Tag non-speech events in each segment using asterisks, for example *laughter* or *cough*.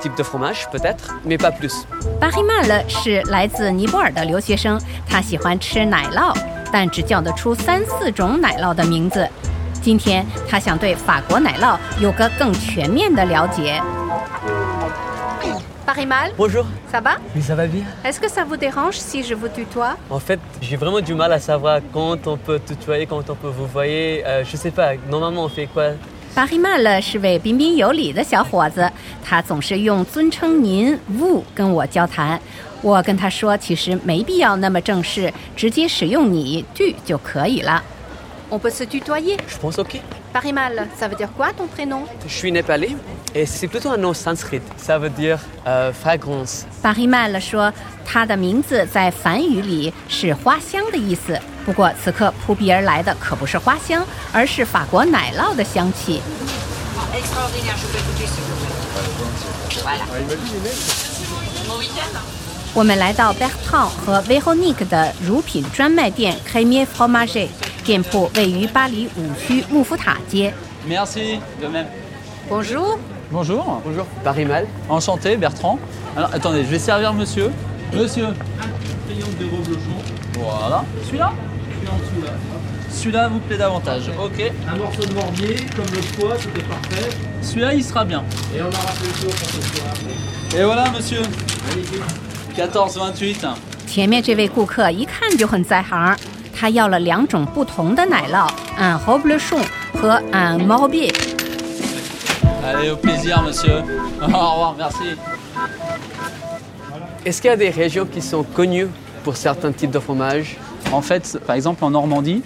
types de fromages peut-être, mais pas plus. 巴黑曼勒是来自尼泊尔的留学生，他喜欢吃奶酪，但只叫得出三四种奶酪的名字。今天他想对法国奶酪有个更全面的了解。 Parimal, Bonjour, ça va mais ça va bien Est-ce que ça vous dérange si je vous tutoie En fait, j'ai vraiment du mal à savoir quand on peut tutoyer, quand on peut vous voyer. Euh, je sais pas, normalement on fait quoi 巴黑曼勒是位彬彬有礼的小伙子，他总是用尊称“您”“vous” 跟我交谈。我跟他说，其实没必要那么正式，直接使用“你 ”“tu” 就可以了。 On peut se tutoyer. Je pense ok. Parimal, ça veut dire quoi ton prénom Je suis népalais et c'est plutôt un nom sanskrit. Ça veut dire euh, fragrance. 巴黑曼勒说，他的名字在梵语里是花香的意思。不过此刻扑鼻而来的可不是花香，而是法国奶酪的香气。我们来到 Bertrand 和 v e r o n i q u e 的乳品专卖店 c r e m i e r Fromage，店铺位于巴黎五区穆夫塔街。 Merci, de même. Bonjour. Bonjour. Bonjour. Parimal. Enchanté, Bertrand. Alors, attendez, je vais servir monsieur. Monsieur. Voilà. Celui-là Celui-là vous plaît davantage. Ok. Un morceau de morbier, comme le poids, tout est parfait. Celui-là, il sera bien. Et on aura fait le tour pour ce soir. Et voilà, monsieur. 14,28. 前面这位顾客一看就很在行，他要了两种不同的奶酪，un r o b l e c h o n 和嗯 un m o r b i Allez, au plaisir, monsieur. *laughs* Au revoir, merci. Est-ce qu'il y a des régions qui sont connues pour certains types de fromages En fait, par exemple, en Normandie,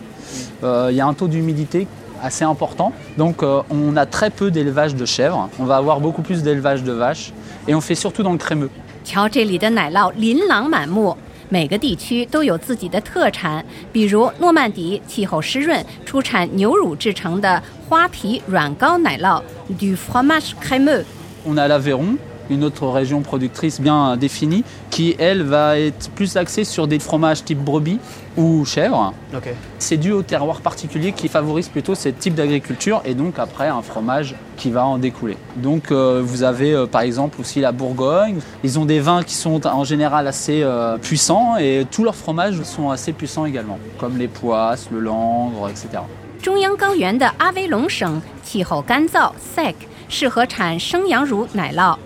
euh, il y a un taux d'humidité assez important. Donc, euh, on a très peu d'élevage de chèvres. On va avoir beaucoup plus d'élevage de vaches. Et on fait surtout dans le crémeux. 瞧这里的奶酪琳琅满目，每个地区都有自己的特产，比如诺曼底气候湿润，出产牛乳制成的花皮软膏奶酪 （du fromage crémeux）。 On a l'Aveyron, une autre région productrice bien euh, définie, qui, elle, va être plus axée sur des fromages type brebis ou chèvre. Ok. C'est dû au terroir particulier qui favorise plutôt ce type d'agriculture et donc après un fromage qui va en découler. Donc euh, vous avez euh, par exemple aussi la Bourgogne. Ils ont des vins qui sont en général assez euh, puissants et tous leurs fromages sont assez puissants également, comme les poisses, le langre, etc. 中央高原的阿威隆省气候干燥 （sec），适合产生羊乳奶酪，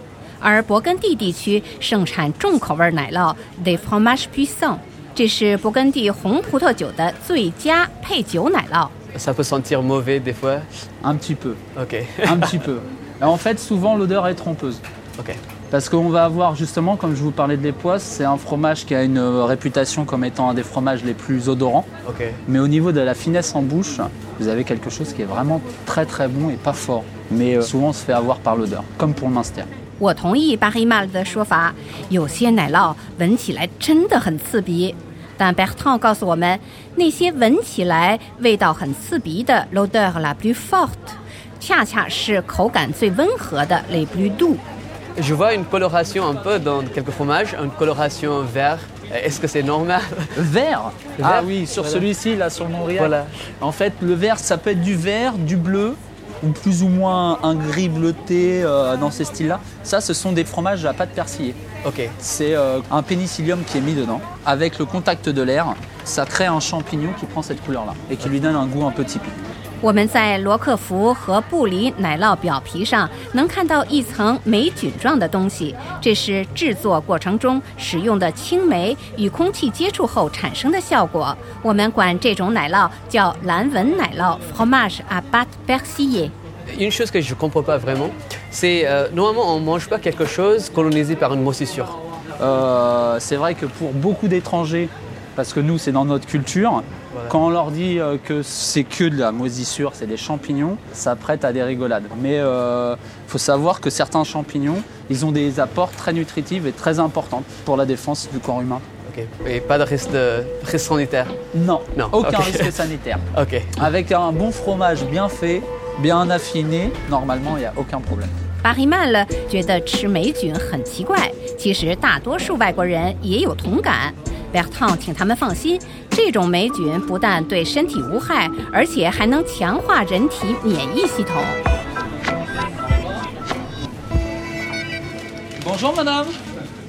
而勃艮第地区盛产重口味奶酪 （de fromage puissant），这是勃艮第红葡萄酒的最佳配酒奶酪。 Ça peut sentir mauvais des fois. Un petit peu, Ok. un petit peu. Et en fait, souvent l'odeur est trompeuse. *laughs* Ok. Parce qu'on va avoir justement, comme je vous parlais de les poisses, c'est un fromage qui a une euh, réputation comme étant un des fromages les plus odorants. Ok. Mais au niveau de la finesse en bouche, vous avez quelque chose qui est vraiment très très bon et pas fort. Mais euh, souvent on se fait avoir par l'odeur, comme pour le minster. 我同意巴黑曼的说法，有些奶酪闻起来真的很刺鼻。但 Bertrand 告诉我们，那些闻起来味道很刺鼻的 l'odeur la plus forte，恰恰是口感最温和的 les plus doux。 Je vois une coloration un peu dans quelques fromages, une coloration vert. Est-ce que c'est normal Vert Le Ah vert, oui, sur voilà. celui-ci, là, sur mon React. Voilà. En fait, le vert, ça peut être du vert, du bleu, ou plus ou moins un gris bleuté euh, dans ces styles-là. Ça, ce sont des fromages à pâte persillée. *laughs* Ok. C'est euh, un pénicillium qui est mis dedans. Avec le contact de l'air, ça crée un champignon qui prend cette couleur-là et qui lui donne un goût un peu typique. 我们在罗克福和布里奶酪表皮上能看到一层霉菌状的东西，这是制作过程中使用的青霉与空气接触后产生的效果。我们管这种奶酪叫蓝纹奶酪 （fromage à pâte persillée）。 Une chose que je ne comprends pas vraiment, c'est euh, normalement on ne mange pas quelque chose colonisé par une moisissure. Euh, c'est vrai que pour beaucoup d'étrangers, Parce que nous, c'est dans notre culture. Voilà. Quand on leur dit euh, que c'est que de la moisissure, c'est des champignons, ça prête à des rigolades. Mais il faut savoir que certains champignons, ils ont des apports très nutritifs et très importants pour la défense du corps humain. Ok. Et pas de risque, de risque sanitaire. Non, Non, aucun ok. risque sanitaire. Ok. Avec un bon fromage bien fait, bien affiné, normalement, il n'y a aucun problème. 巴黑曼了觉得吃霉菌很奇怪，其实大多数外国人也有同感。Bertrand 请他们放心，这种霉菌不但对身体无害，而且还能强化人体免疫系统。 Bonjour madame.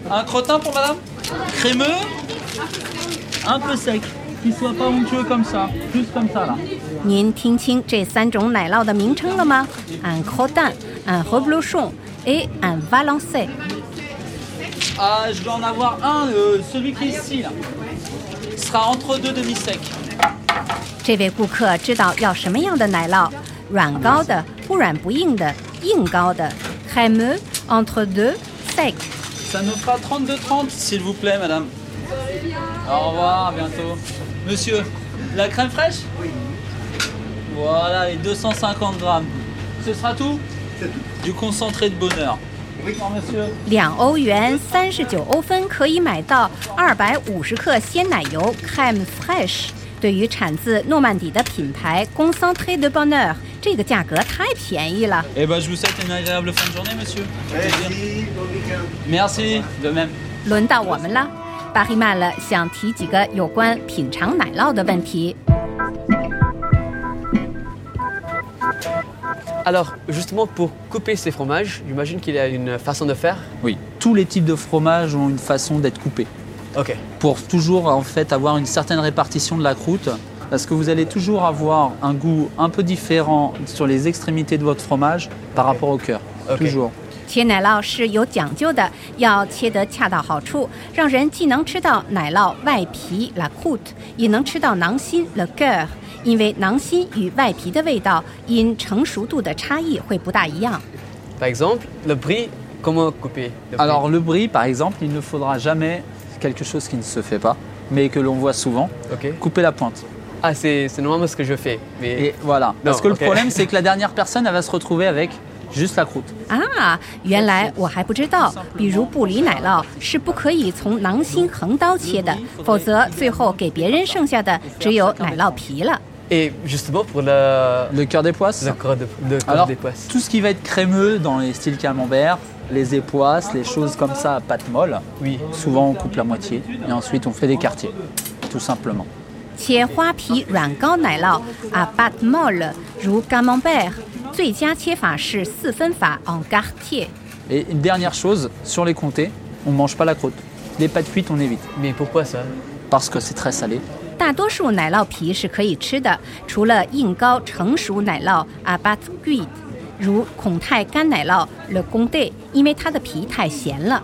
Un crottin pour madame Crémeux Un peu sec. Qu'il soit pas onctueux comme ça. Juste comme ça là. 您听清这三种奶酪的名称了吗？Un c r o d a n un reblochon et un valencé。 Ah, je dois en avoir un, euh, celui qui est ici là. Ce sera entre deux demi-secs. 这位顾客知道要什么样的奶酪，软膏的、不软不硬的、硬膏的。Crème entre deux sec。 Ça nous fera 32,30 s'il vous plaît madame. Au revoir, à bientôt. Monsieur, la crème fraîche Oui. Voilà, les 250 grammes. Ce sera tout C'est tout. Du concentré de bonheur. Oui, monsieur. 两欧元三十九欧分可以买到二百五十克鲜奶油 Crème Fresh。对于产自诺曼底的品牌 Concentré de Bonheur，这个价格太便宜了。 Eh ben, je vous souhaite une agréable fin de journée, monsieur. Merci, Merci, de même. 轮到我们了，巴黑曼了想提几个有关品尝奶酪的问题。 Alors, justement, pour couper ces fromages, j'imagine qu'il y a une façon de faire. Oui, tous les types de fromages ont une façon d'être coupés Ok. pour toujours en fait avoir une certaine répartition de la croûte parce que vous allez toujours avoir un goût un peu différent sur les extrémités de votre fromage par rapport au cœur. Ok. Toujours. 切奶酪是有讲究的，要切得恰到好处，让人既能吃到奶酪外皮 la croûte，也能吃到囊心 le cœur，因为囊心与外皮的味道因成熟度的差异会不大一样。 Par exemple, le brie, comment couper le brie Alors le brie par exemple, il ne faudra jamais quelque chose qui ne se fait pas mais que l'on voit souvent, Ok. couper la pointe. Ah, c'est c'est normalement ce que je fais. Mais Et voilà. Parce que ok. le problème, c'est que la dernière personne, elle va se retrouver avec juste la croûte. 啊，原来我还不知道，比如布里奶酪是不可以从囊心横刀切的，否则最后给别人剩下的只有奶酪皮了。 Et justement, pour le, Le cœur des poisses le corps de, le corps Alors, des poisses. tout ce qui va être crémeux dans les styles camembert, les époisses, les choses comme ça à pâte molle, Oui. souvent on coupe la moitié et ensuite on fait des quartiers, tout simplement. 切花皮软膏奶酪 à b a t m o l e 如 camembert，最佳切法是四分法 en quartier。 Et une dernière chose, sur les comtés, on ne mange pas la croûte. Les pâtes cuites, on évite Mais pourquoi ça parce que c'est très salé. 大多数奶酪皮是可以吃的，除了硬膏成熟奶酪 à b a t g u i d 如孔泰干奶酪 le comté，因为它的皮太咸了。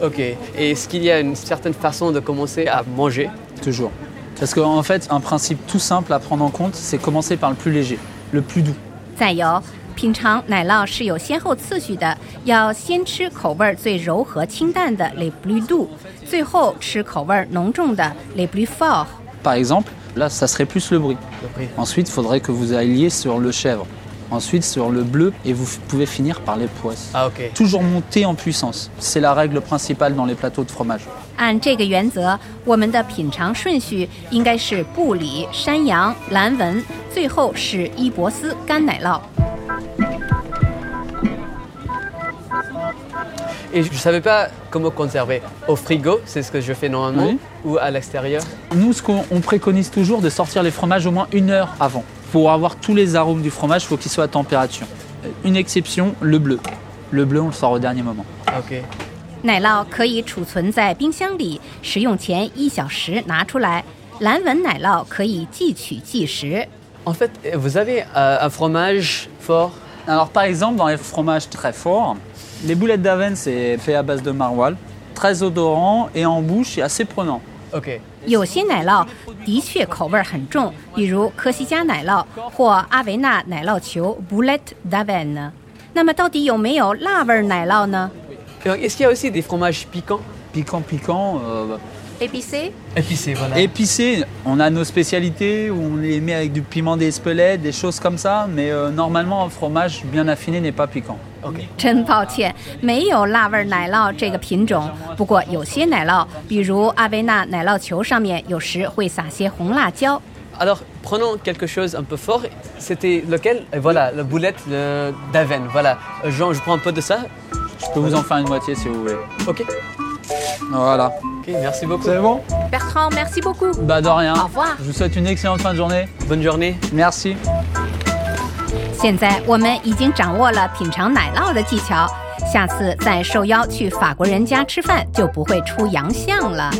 Ok. Et est-ce qu'il y a une certaine façon de commencer à manger Toujours. Parce qu'en fait, un principe tout simple à prendre en compte, c'est commencer par le plus léger, le plus doux. 再有，品尝奶酪是有先后次序的，要先吃口味儿最柔和清淡的 les plus doux，最后吃口味儿浓重的 les plus forts。 Par exemple, là, ça serait plus le brie. Le brie. Ensuite, il faudrait que vous alliez sur le chèvre. Ensuite, sur le bleu. Et vous f- pouvez finir par les poisses. Ah, ok. Toujours monter en puissance. C'est la règle principale dans les plateaux de fromage. 按这个原则，我们的品尝顺序应该是布里、山羊、蓝纹，最后是伊博斯干奶酪。 Et je ne savais pas comment conserver. Au frigo, c'est ce que je fais normalement, Oui. ou à l'extérieur. Nous, ce qu'on on préconise toujours, de sortir les fromages au moins une heure avant. Pour avoir tous les arômes du fromage, il faut qu'ils soient à température. Euh, Une exception, le bleu. Le bleu, on le sort au dernier moment. Ok. 奶酪可以储存在冰箱里，食用前一小时拿出来。蓝纹奶酪可以即取即食。 En fait, vous avez euh, un fromage fort. Alors, par exemple, dans les fromages très forts, les boulettes d'avenne, c'est fait à base de maroilles. Très odorant et en bouche, et assez prenant. Ok. 有些奶酪的确口味儿很重，比如科西嘉奶酪或阿维纳奶酪球 （Boulette d'Avenne）。那么，到底有没有辣味儿奶酪呢 Donc, Est-ce qu'il y a aussi des fromages piquants Piquant, piquant, euh, Épicé Épicé, voilà. Épicé, on a nos spécialités où on les met avec du piment d'Espelette, des choses comme ça, mais euh, normalement un fromage bien affiné n'est pas piquant. 真抱歉，没有辣味奶酪这个品种。不过有些奶酪，比如阿维纳奶酪球上面有时会撒些红辣椒。 Alors, prenons quelque chose un peu fort. C'était lequel Et Voilà, la boulette euh, d'Aven. Voilà. Euh, Jean, je prends un peu de ça. Je peux vous en faire une moitié si vous voulez. Ok. Voilà. Ok, merci beaucoup. bon Bertrand, merci beaucoup. Bah de rien. Au revoir. Je vous souhaite une excellente fin de journée. Bonne journée. Merci. 现在我们已经掌握了品尝奶酪的技巧，下次再受邀去法国人家吃饭就不会出洋相了。